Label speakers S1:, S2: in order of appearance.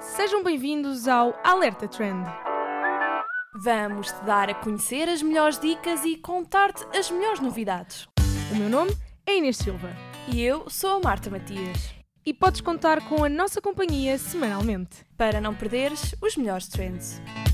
S1: Sejam bem-vindos ao Alerta Trend.
S2: Vamos te dar a conhecer as melhores dicas e contar-te as melhores novidades.
S1: O meu nome é Inês Silva
S2: E eu sou a Marta Matias,
S1: e podes contar com a nossa companhia semanalmente.
S2: para não perderes os melhores trends.